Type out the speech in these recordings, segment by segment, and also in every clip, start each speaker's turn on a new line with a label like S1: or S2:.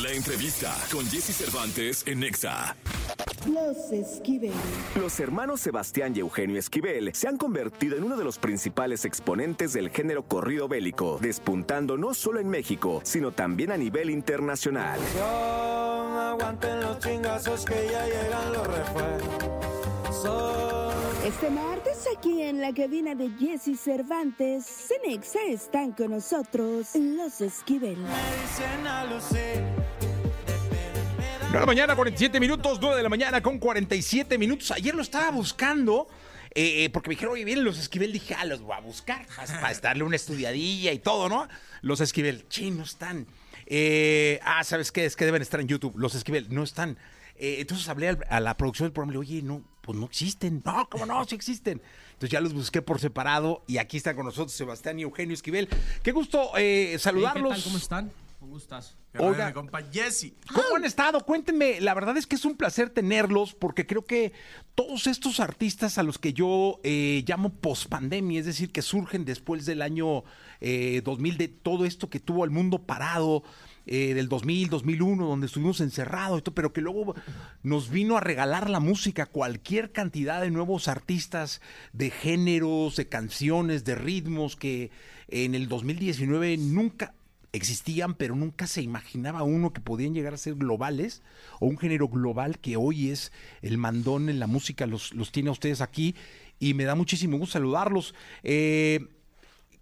S1: La entrevista con Jesse Cervantes en Nexa.
S2: Los Esquivel.
S3: Los hermanos Sebastián y Eugenio Esquivel se han convertido en uno de los principales exponentes del género corrido bélico, despuntando no solo en México, sino también a nivel internacional.
S4: Son, aguanten los chingazos que ya llegan los refuerzos. Son,
S2: Este martes aquí en la cabina de Jesse Cervantes, Cenexa están con nosotros los Esquivel.
S4: me dicen a lucir.
S5: 9 de la mañana, 47 minutos, 9 de la mañana con 47 minutos. Ayer lo estaba buscando eh, eh, porque me dijeron, oye, bien, los Esquivel. Dije, ah, los voy a buscar pas- para, darle una estudiadilla y todo, ¿no? Los Esquivel, che, no están. Eh, ah, ¿sabes qué? Es que deben estar en YouTube. Los Esquivel, no están. Eh, entonces hablé al- a la producción del programa y le dije, oye, no, pues no existen. No, ¿cómo no? Sí existen. Entonces ya los busqué por separado y aquí están con nosotros Sebastián y Eugenio Esquivel. Qué gusto eh,
S6: Sí, ¿qué
S5: saludarlos.
S6: tal? ¿Cómo están? Un gustazo.
S5: Oiga.
S7: Oiga, mi compa Jesse.
S5: ¿Cómo han estado? Cuéntenme, la verdad es que es un placer tenerlos porque creo que todos estos artistas a los que yo eh, llamo pospandemia, es decir, que surgen después del año eh, 2000, de todo esto que tuvo el mundo parado, eh, del 2000, 2001, donde estuvimos encerrados, y todo, pero que luego nos vino a regalar la música, cualquier cantidad de nuevos artistas, de géneros, de canciones, de ritmos, que en el 2019 nunca existían, pero nunca se imaginaba uno que podían llegar a ser globales o un género global que hoy es el mandón en la música, los, los tiene a ustedes aquí y me da muchísimo gusto saludarlos. Eh,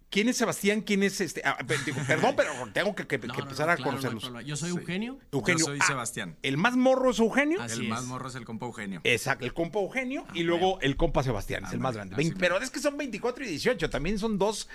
S5: ¿Quién es Sebastián? ¿Quién es este? Ah, pe- digo, perdón, pero tengo que, que- que
S6: No, no, no,
S5: empezar a
S6: claro, no hay
S5: conocerlos.
S6: problema. Yo soy
S7: Sí.
S6: Eugenio.
S5: Eugenio.
S7: Yo soy
S5: ah,
S7: Sebastián.
S5: ¿El más morro es Eugenio?
S6: Así
S7: el más
S6: es. Ah,
S7: morro es el compa Eugenio.
S5: Exacto, el compa Eugenio y luego el compa Sebastián, es el
S7: Ándale,
S5: más grande.
S7: así
S5: Vein-
S7: mero.
S5: pero es que son 24 y 18, también son dos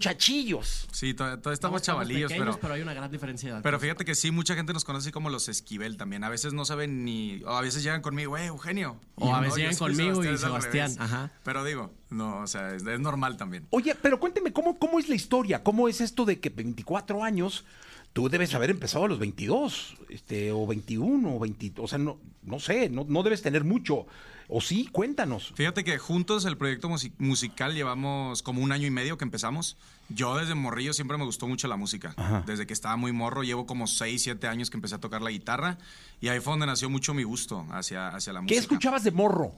S5: muchachillos.
S7: Sí, to- todavía estamos chavalillos,
S6: pequeños,
S7: pero,
S6: pero hay una gran diferencia. de edad.
S7: pero fíjate que sí, mucha gente nos conoce así como los Esquivel también. A veces no saben ni. O a veces llegan conmigo, eh, Eugenio.
S6: O
S7: Y
S6: a veces
S7: yo
S6: llegan
S7: soy
S6: conmigo y
S7: es al
S6: Sebastián,
S7: revés.
S6: ajá.
S7: Pero digo, no, o sea, es, es normal también.
S5: Oye, pero cuénteme, ¿cómo, ¿cómo es la historia? ¿Cómo es esto de que 24 años tú debes haber empezado a los 22, este, o 21, o 20, o sea, no, no sé, no, no debes tener mucho. O sí, cuéntanos.
S7: Fíjate que juntos el proyecto musi- musical llevamos como un año y medio que empezamos. Yo desde morrillo siempre me gustó mucho la música. Desde que estaba muy morro, llevo como 6, 7 años que empecé a tocar la guitarra. Y ahí fue donde nació mucho mi gusto hacia, hacia la
S5: ¿Qué
S7: música.
S5: escuchabas de morro?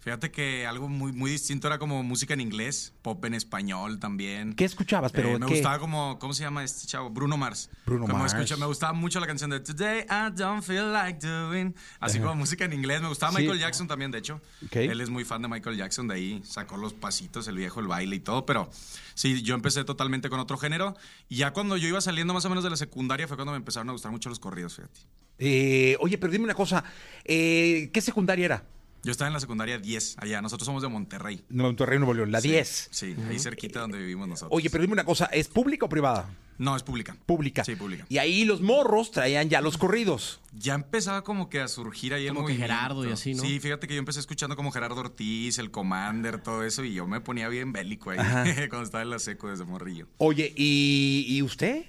S7: Fíjate que algo muy, muy distinto era como música en inglés, pop en español también.
S5: ¿Qué escuchabas? Pero
S7: Eh,
S5: ¿de
S7: me
S5: qué?
S7: gustaba como, ¿cómo se llama este chavo? Bruno Mars.
S5: Bruno
S7: Como
S5: Mars.
S7: escucha- me gustaba mucho la canción de Today I Don't Feel Like Doing. Así como música en inglés. Me gustaba
S5: Sí.
S7: Michael Jackson también, de hecho.
S5: Ok.
S7: Él es muy fan de Michael Jackson, de ahí sacó los pasitos, el viejo, el baile y todo. Pero sí, yo empecé totalmente con otro género. Y ya cuando yo iba saliendo más o menos de la secundaria fue cuando me empezaron a gustar mucho los corridos, fíjate.
S5: Eh, oye, pero dime una cosa, eh, ¿qué secundaria era?
S7: Yo estaba en la secundaria 10 allá. Nosotros somos de Monterrey.
S5: No, en Torreón, Nuevo León, la 10.
S7: Sí, ahí cerquita donde vivimos nosotros.
S5: Oye, pero dime una cosa, ¿es pública o privada?
S7: No, es pública.
S5: Pública.
S7: Sí, pública.
S5: Y ahí los morros traían ya los corridos.
S7: Ya empezaba como que a surgir ahí el
S6: Como que
S7: movimiento.
S6: Gerardo y así, ¿no?
S7: Sí, fíjate que yo empecé escuchando como Gerardo Ortiz, el Commander, todo eso, y yo me ponía bien bélico ahí cuando estaba en la seco desde morrillo.
S5: Oye, ¿y, y usted?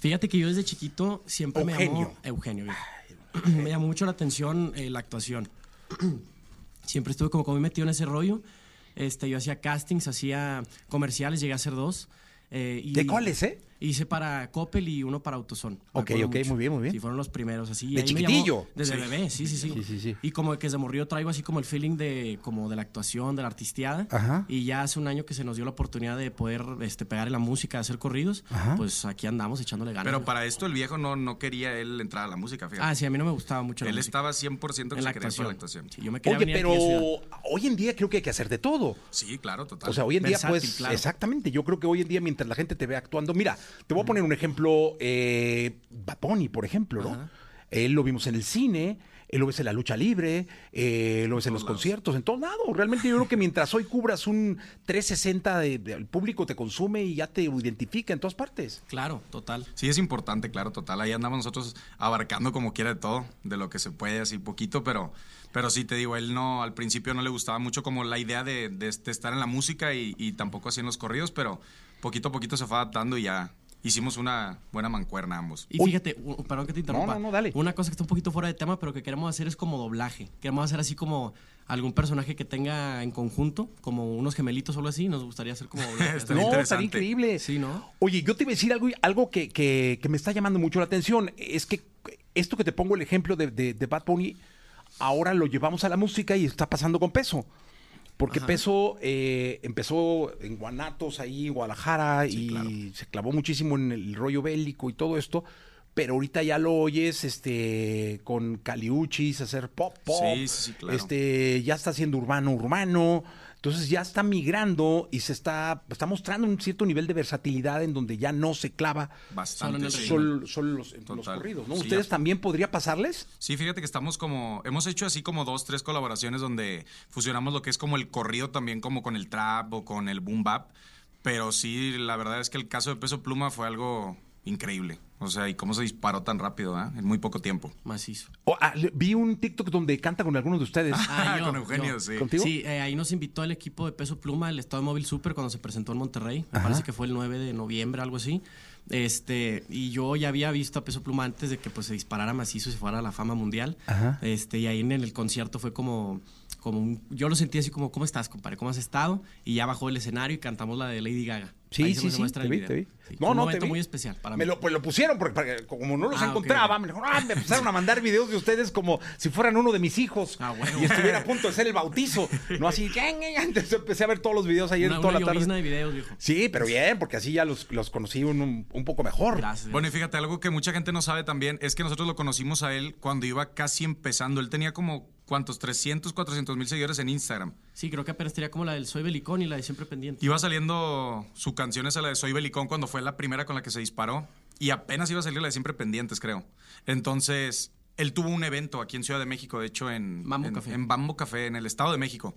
S6: Fíjate que yo desde chiquito siempre me
S5: Eugenio.
S6: llamó Eugenio. bien. me llamó mucho la atención eh, la actuación. siempre estuve como, como muy metido en ese rollo. Este, yo hacía castings, hacía comerciales, llegué a hacer dos. eh, y-
S5: ¿De cuáles, eh?
S6: Hice para Coppel y uno para Autoson. Me
S5: Ok,
S6: acuerdo
S5: ok, muy bien, muy bien.
S6: Sí, fueron los primeros, así.
S5: ¿De
S6: ahí me
S5: chiquitillo?
S6: llamó Desde bebé, sí sí sí.
S5: Sí, sí, sí.
S6: Y como que se morrió traigo así como el feeling de, como de la actuación, de la artisteada.
S5: Ajá.
S6: Y ya hace un año que se nos dio la oportunidad de poder este, pegar en la música, hacer corridos, pues aquí andamos echándole ganas.
S7: Pero para esto el viejo no, no quería él entrar a la música, fíjate.
S6: Ah, sí, a mí no me gustaba mucho la
S7: él
S6: música.
S7: estaba 100% que
S6: en la
S7: se quería ir
S6: actuación.
S7: para la actuación.
S6: Sí, yo me quería
S5: Oye,
S6: venir aquí
S5: pero
S6: a estudiar.
S5: hoy en día creo que hay que hacer de todo.
S7: Sí, claro, total.
S5: O sea, hoy en
S6: Versátil,
S5: día, pues,
S6: claro.
S5: exactamente. Yo creo que hoy en día, mientras la gente te ve actuando, mira, te voy a poner un ejemplo, eh, Bad Bunny, por ejemplo, ¿no? Él lo vimos en el cine, él lo ves en la lucha libre, eh, lo ves en los conciertos, en todos lados. Realmente yo creo que mientras hoy cubras un 360, de- de- el público te consume y ya te identifica en todas partes.
S6: Claro, total.
S7: Sí, es importante, claro, total. Ahí andamos nosotros abarcando como quiera de todo, de lo que se puede, así poquito, pero, pero sí te digo, él no, al principio no le gustaba mucho como la idea de, de- de estar en la música y, y tampoco así en los corridos, pero poquito a poquito se fue adaptando y ya hicimos una buena mancuerna ambos.
S6: Y fíjate, u- perdón que te interrumpa.
S5: no, no, dale.
S6: Una cosa que está un poquito fuera de tema, pero que queremos hacer es como doblaje. Queremos hacer así como algún personaje que tenga en conjunto, como unos gemelitos o algo así. Nos gustaría hacer como doblaje.
S7: Está
S5: no,
S7: bien
S5: estaría
S7: interesante.
S5: increíble.
S6: Sí, ¿no?
S5: Oye, yo te iba a decir algo, algo que, que- que me está llamando mucho la atención. Es que esto que te pongo el ejemplo de, de- de Bad Bunny, ahora lo llevamos a la música y está pasando con peso. Porque Peso eh, empezó en Guanatos, ahí, en Guadalajara, y se clavó muchísimo en el rollo bélico y todo esto. Pero ahorita ya lo oyes este, con Caliuchis, hacer pop, pop.
S7: Sí, sí, sí, claro.
S5: Este, ya está haciendo urbano, urbano. Entonces ya está migrando y se está, está mostrando un cierto nivel de versatilidad en donde ya no se clava
S7: Bastante.
S6: Solo en el
S7: sí.
S5: solo, solo los, los
S7: Total.
S5: corridos. ¿no?
S7: Sí,
S5: ¿Ustedes
S7: ya.
S5: también podría pasarles?
S7: Sí, fíjate que estamos como, hemos hecho así como dos, tres colaboraciones donde fusionamos lo que es como el corrido también como con el trap o con el boom bap, pero sí, la verdad es que el caso de Peso Pluma fue algo increíble, o sea, y cómo se disparó tan rápido, ¿eh? En muy poco tiempo.
S6: Macizo.
S5: O, ah, le- vi un TikTok donde canta con algunos de ustedes.
S6: Ah, yo,
S7: con Eugenio,
S6: yo.
S7: sí.
S5: ¿Contigo?
S6: Sí, eh, ahí nos invitó el equipo de Peso Pluma, el Estado Móvil Super, cuando se presentó en Monterrey. Me parece que fue el 9 de noviembre, algo así. Este, y yo ya había visto a Peso Pluma antes de que pues, se disparara macizo y se fuera a la fama mundial.
S5: Ajá.
S6: Este, y ahí en el concierto fue como. como un- yo lo sentí así como, ¿cómo estás, compadre? ¿Cómo has estado? Y ya bajó el escenario y cantamos la de Lady Gaga.
S5: Sí,
S6: Ahí se
S5: sí,
S6: nos
S5: sí,
S6: muestra
S5: te
S6: el
S5: vi,
S6: video.
S5: te vi.
S6: Sí,
S5: No,
S6: fue un
S5: no, te
S6: momento
S5: vi.
S6: muy especial para mí.
S5: Me lo, pues lo pusieron porque, para que- como no los
S6: Ah, ok,
S5: encontraba,
S6: ok.
S5: me, dijeron, "Ah", me empezaron a mandar videos de ustedes como si fueran uno de mis hijos
S6: Ah, bueno.
S5: y estuviera a punto de ser el bautizo. No así, antes empecé a ver todos los videos ayer
S6: Una,
S5: toda
S6: una
S5: la tarde.
S6: llovizna de videos, viejo.
S5: Sí, pero bien, porque así ya los, los conocí un, un- un poco mejor.
S6: Gracias.
S7: Bueno, y fíjate, algo que mucha gente no sabe también es que nosotros lo conocimos a él cuando iba casi empezando. Él tenía como, ¿cuántos? 300, 400 mil seguidores en Instagram.
S6: Sí, creo que apenas tenía como la del Soy Belicón y la de Siempre Pendiente.
S7: Iba saliendo su canción esa, la de Soy Belicón, cuando fue la primera con la que se disparó. Y apenas iba a salir la de Siempre Pendientes, creo. Entonces, él tuvo un evento aquí en Ciudad de México, de hecho, en
S6: Mambo
S7: en,
S6: Café.
S7: en Bambo Café, en el Estado de México.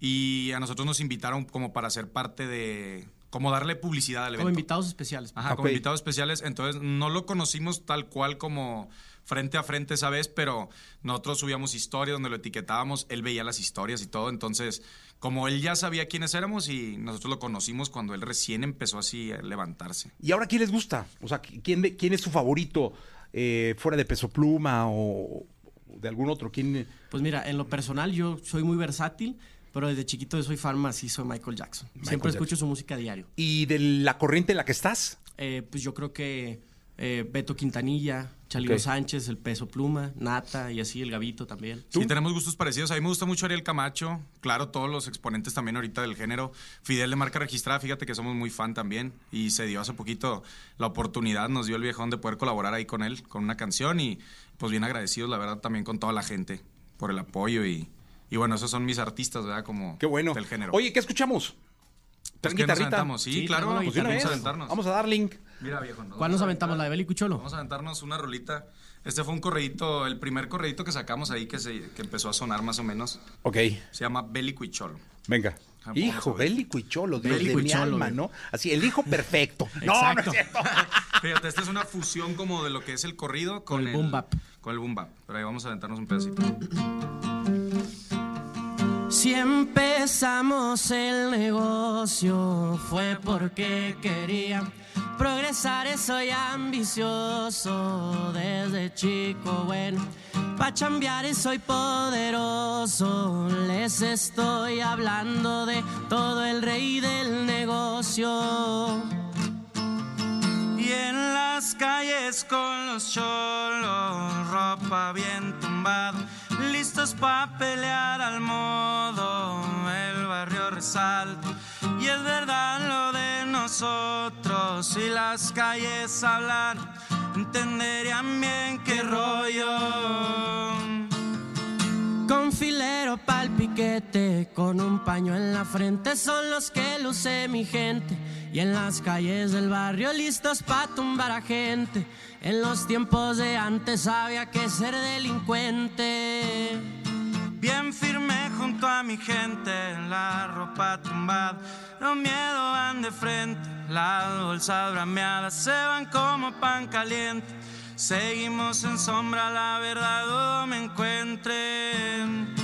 S7: Y a nosotros nos invitaron como para ser parte de... Como darle publicidad al evento.
S6: Como invitados especiales. pues.
S7: Ajá, como
S5: Ok.
S7: invitados especiales. Entonces, no lo conocimos tal cual como frente a frente esa vez, pero nosotros subíamos historias donde lo etiquetábamos, él veía las historias y todo. Entonces, como él ya sabía quiénes éramos y nosotros lo conocimos cuando él recién empezó así a levantarse.
S5: ¿Y ahora quién les gusta? O sea, ¿quién, de- quién es su favorito eh, fuera de Peso Pluma o o de algún otro? ¿Quién?
S6: Pues mira, en lo personal yo soy muy versátil, pero desde chiquito yo soy fan macizo de Michael Jackson. Siempre escucho su música a diario.
S5: ¿Y de la corriente en la que estás?
S6: Eh, pues yo creo que eh, Beto Quintanilla, Chalino
S5: Ok.
S6: Sánchez, El Peso Pluma, Nata y así, El Gavito también.
S7: Sí, tenemos gustos parecidos. A mí me gusta mucho Ariel Camacho. Claro, todos los exponentes también ahorita del género. Fidel de Marca Registrada, fíjate que somos muy fan también. Y se dio hace poquito la oportunidad, nos dio el viejón de poder colaborar ahí con él, con una canción. Y pues bien agradecidos, la verdad, también con toda la gente por el apoyo. Y, y bueno, esos son mis artistas, ¿verdad? Como
S5: Qué bueno.
S7: del género.
S5: Oye, ¿qué escuchamos?
S7: Pues,
S5: ¿Traen
S7: ¿qué nos
S5: guitarrita?
S7: aventamos? Sí,
S6: Sí,
S7: claro,
S6: tenemos la
S5: de
S7: pues,
S5: una
S7: vamos a
S5: vez.
S7: aventarnos.
S5: Vamos a dar link.
S7: Mira, viejo, nos
S6: ¿Cuál
S7: vamos
S6: nos
S7: a
S6: aventamos? ¿La de
S7: aventar.
S6: Beli Cucholo?
S7: Vamos a aventarnos una rolita. Este fue un corredito, el primer corredito que sacamos ahí que, se, que empezó a sonar más o menos.
S5: Ok,
S7: Se llama Bélico y Cholo.
S5: venga.
S7: Ah, vamos a
S5: Hijo,
S7: ver.
S5: bélico y cholo, Dios
S6: Bélico
S5: de
S6: y
S5: mi
S6: cholo,
S5: alma,
S6: güey.
S5: ¿no? Así, el hijo perfecto. no, no es
S6: Exacto.
S5: cierto.
S7: Fíjate, esta es una fusión como de lo que es el corrido con,
S6: Con el boom bap.
S7: Con el boom bap. Pero ahí vamos a aventarnos un pedacito.
S6: Si empezamos el negocio fue porque quería progresar, soy ambicioso desde chico, bueno, pa' chambear soy poderoso, les estoy hablando de todo el rey del negocio.
S8: Y en las calles con los cholos, ropa bien tumbada, listos para pelear al modo, el barrio resalta. Y es verdad lo de nosotros, si las calles hablan, entenderían bien qué rollo.
S6: Con filero pa'l piquete, con un paño en la frente, son los que luce mi gente. Y en las calles del barrio listos pa' tumbar a gente. En los tiempos de antes había que ser delincuente.
S8: Bien firme junto a mi gente, la ropa tumbada, los miedos van de frente, las bolsas brameadas se van como pan caliente. Seguimos en sombra, la verdad dudo me encuentren.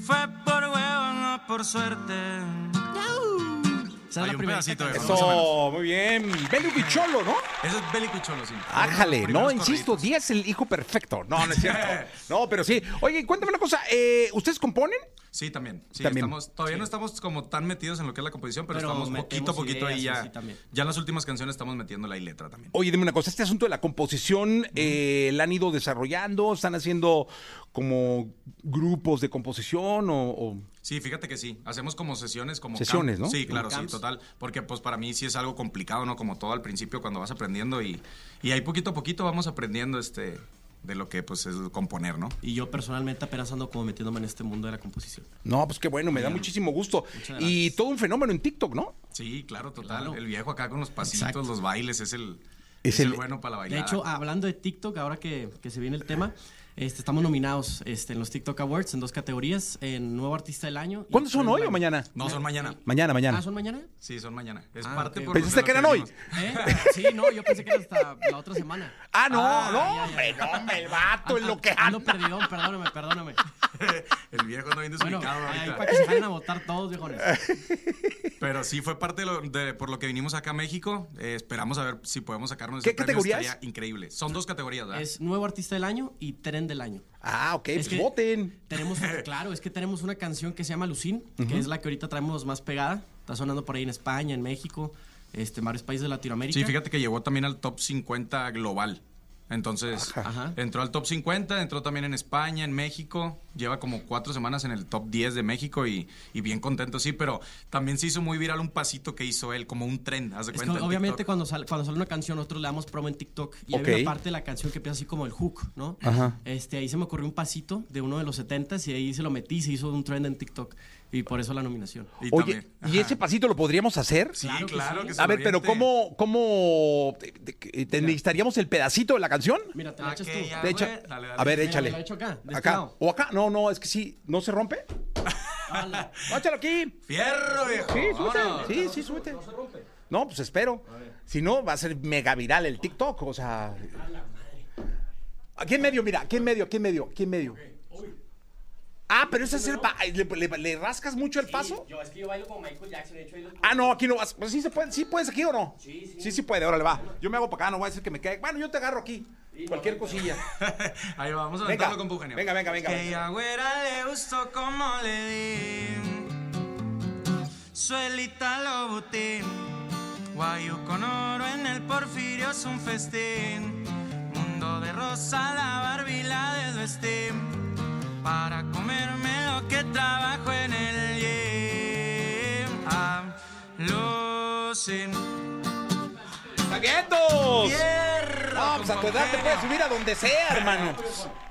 S8: Fue por huevo, no por suerte.
S6: Esa es
S7: Hay
S6: la
S7: un
S6: primera
S7: pedacito de
S6: canción.
S7: Más o
S5: Eso, muy bien. Bélico y cholo, ¿no?
S7: Eso es Bélico y Cholo, sí.
S5: Ájale,
S7: Primeros
S5: Ah, no, insisto,
S7: corriditos.
S5: 10 el hijo perfecto. No, no es cierto. No, pero sí. Oye, cuéntame una cosa, eh, ¿ustedes componen?
S7: Sí, también. Sí,
S5: También.
S7: estamos, todavía no estamos como tan metidos en lo que es la composición, pero,
S6: Pero
S7: estamos
S6: metemos
S7: poquito a poquito ahí
S6: ideas,
S7: ya.
S6: sí, también.
S7: ya en las últimas canciones estamos metiéndole ahí letra también.
S5: Oye, dime una cosa, este asunto de la composición, eh, ¿la han ido desarrollando? ¿Están haciendo como grupos de composición o...? o-
S7: Sí, fíjate que sí. Hacemos como sesiones, como
S5: Sesiones,
S7: camp-
S5: ¿no?
S7: Sí, claro, sí,
S6: camps.
S7: total. Porque pues para mí sí es algo complicado, ¿no? Como todo al principio cuando vas aprendiendo y, y ahí poquito a poquito vamos aprendiendo este de lo que pues es componer, ¿no?
S6: Y yo personalmente apenas ando como metiéndome en este mundo de la composición.
S5: No, pues qué bueno, me da muchísimo gusto.
S6: Muchas
S5: Y
S6: gracias.
S5: todo un fenómeno en TikTok, ¿no?
S7: Sí, claro, total.
S6: Claro.
S7: El viejo acá con los pasitos,
S6: Exacto.
S7: los bailes, es el,
S5: Es
S7: es el
S5: el-
S7: bueno para la
S6: De
S7: bailada.
S6: hecho, ah, hablando de TikTok, ahora que, que se viene el tema, este, estamos nominados este, en los TikTok Awards en dos categorías, en Nuevo Artista del Año. y
S5: ¿Cuándo son
S6: Premio
S5: hoy o
S6: Grammy.
S5: mañana?
S7: no, son mañana.
S5: Mañana, mañana.
S6: Ah, ¿son mañana?
S7: Sí, son mañana. Es
S6: Ah,
S7: parte
S6: ok.
S7: por
S5: ¿Pensaste
S7: de lo
S5: que eran hoy?
S7: decimos.
S6: ¿Eh? Sí, no, yo pensé que era hasta la otra semana.
S5: Ah, no, no,
S6: ya, ya.
S5: hombre, no, hombre, el vato es
S6: Ah,
S5: lo que
S6: ah, ando
S5: anda.
S6: perdido, perdóname, perdóname.
S7: El viejo no bien
S6: Bueno,
S7: desubicado
S6: ahí
S7: ahorita.
S6: para que se vayan a votar todos, viejones.
S7: Pero sí fue parte de, lo- de- por lo que vinimos acá a México. Eh, esperamos a ver si podemos sacarnos
S5: ¿Qué
S7: ese premio,
S5: categorías?
S7: estaría increíble. Son dos categorías, ¿verdad?
S6: Es Nuevo Artista del Año y Tren del Año.
S5: Ah, ok,
S6: Es
S5: pues
S6: que
S5: voten.
S6: Tenemos, claro, es que tenemos una canción que se llama Lucín, que es la que ahorita traemos más pegada. Está sonando por ahí en España, en México, este, en varios países de Latinoamérica.
S7: Sí, fíjate que llegó también al top 50 global. Entonces,
S6: Ajá.
S7: entró al top 50, entró también en España, en México. Lleva como cuatro semanas en el top 10 de México y, y bien contento, sí. Pero también se hizo muy viral un pasito que hizo él, como un tren, haz de
S6: Es
S7: cuenta.
S6: que
S7: en
S6: obviamente
S7: TikTok.
S6: cuando, sal- cuando sale una canción nosotros le damos promo en TikTok y
S5: Ok.
S6: hay una parte de la canción que empieza así como el hook, ¿no? Este, ahí se me ocurrió un pasito de uno de los 70s y ahí se lo metí, se hizo un trend en TikTok y por eso la nominación.
S7: Y
S5: Oye,
S7: también-
S5: ¿y ese pasito lo podríamos hacer?
S7: Sí,
S6: Claro
S7: claro,
S6: que sí.
S7: que, se
S5: A ver,
S7: lo
S5: pero
S7: aviente.
S5: ¿cómo, cómo te- te- te necesitaríamos el pedacito de la canción?
S6: Mira, te la echas tú.
S7: Aquella-
S5: Te echa-
S7: güey, dale, dale.
S5: A ver,
S6: Mira,
S5: échale.
S6: lo he hecho acá, de este
S5: acá.
S6: lado.
S5: O acá. No, no, es que sí. ¿No se rompe?
S6: Ala.
S5: No, échalo aquí.
S7: ¡Fierro, viejo!
S5: Sí,
S7: Vámonos.
S5: súbete. Sí, sí, súbete. No, pues espero. Si no, va a ser mega viral el TikTok. O sea. Aquí en medio, mira. Aquí en medio, aquí en medio, aquí en medio. Ah, pero ese es el pa- ¿Le, le- le rascas mucho el paso?
S6: Yo, es que yo bailo como Michael Jackson, de hecho ahí los-
S5: Ah, no, aquí no vas. Pues sí se puede, sí puedes aquí o no. Sí, sí. Sí, puede, órale, va. Yo me hago para acá, no voy a decir que me quede. Bueno, yo te agarro aquí. Cualquier cosilla.
S7: Ahí va, vamos a
S5: Venga,
S7: aventarlo con Pugenio.
S5: venga, venga, venga.
S8: Que a güera le gustó como le di. Suelita lo botín. Guayo con oro en el porfirio es un festín. Mundo de rosa, la Barbie la desvestí. Para comerme lo que trabajo en el gym. Ah, lucin.
S5: ¡Saguetos!
S8: Hierro,
S5: No, pues a tu
S8: compa
S5: edad te
S8: Eugenio.
S5: puedes subir a donde sea, hermano.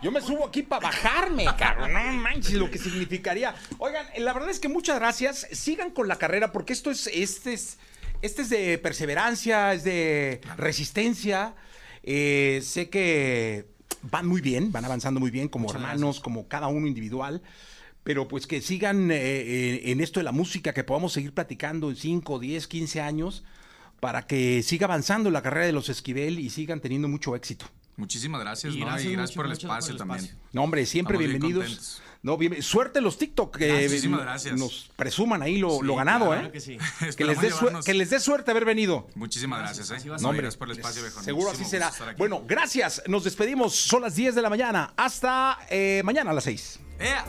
S5: Yo me subo aquí para bajarme, cabrón. No manches lo que significaría. Oigan, eh, la verdad es que muchas gracias. Sigan con la carrera porque esto es, este es, este es de perseverancia, es de resistencia. Eh, sé que van muy bien, van avanzando muy bien como hermanos, como cada uno individual. Pero pues que sigan eh, eh, en esto de la música, que podamos seguir platicando en 5, 10, 15 años para que siga avanzando la carrera de los Esquivel y sigan teniendo mucho éxito.
S7: Muchísimas gracias,
S6: Y
S7: ¿no?
S6: gracias
S7: y gracias
S6: mucho,
S7: por el
S6: mucho por el
S7: espacio también.
S6: espacio.
S5: No, hombre, siempre
S7: Estamos bien
S5: bienvenidos.
S7: contentos.
S5: No, bien- suerte en los TikTok que
S7: Muchísimas
S5: nos-
S7: gracias.
S5: nos presuman ahí lo, lo ganado,
S6: Ah, claro
S5: ¿eh?
S6: que sí.
S5: Que les,
S7: Esperamos
S5: dé suer-
S7: llevarnos-
S5: que les dé suerte haber venido.
S7: Muchísimas gracias, ¿eh?
S5: No,
S7: No,
S5: hombre,
S7: gracias por el espacio, viejo.
S5: Seguro así
S7: Muchísimo
S5: será.
S7: gusto estar aquí.
S5: Bueno, gracias. Nos despedimos. Son las 10 de la mañana. Hasta eh, mañana a las 6.
S7: ¡Ea!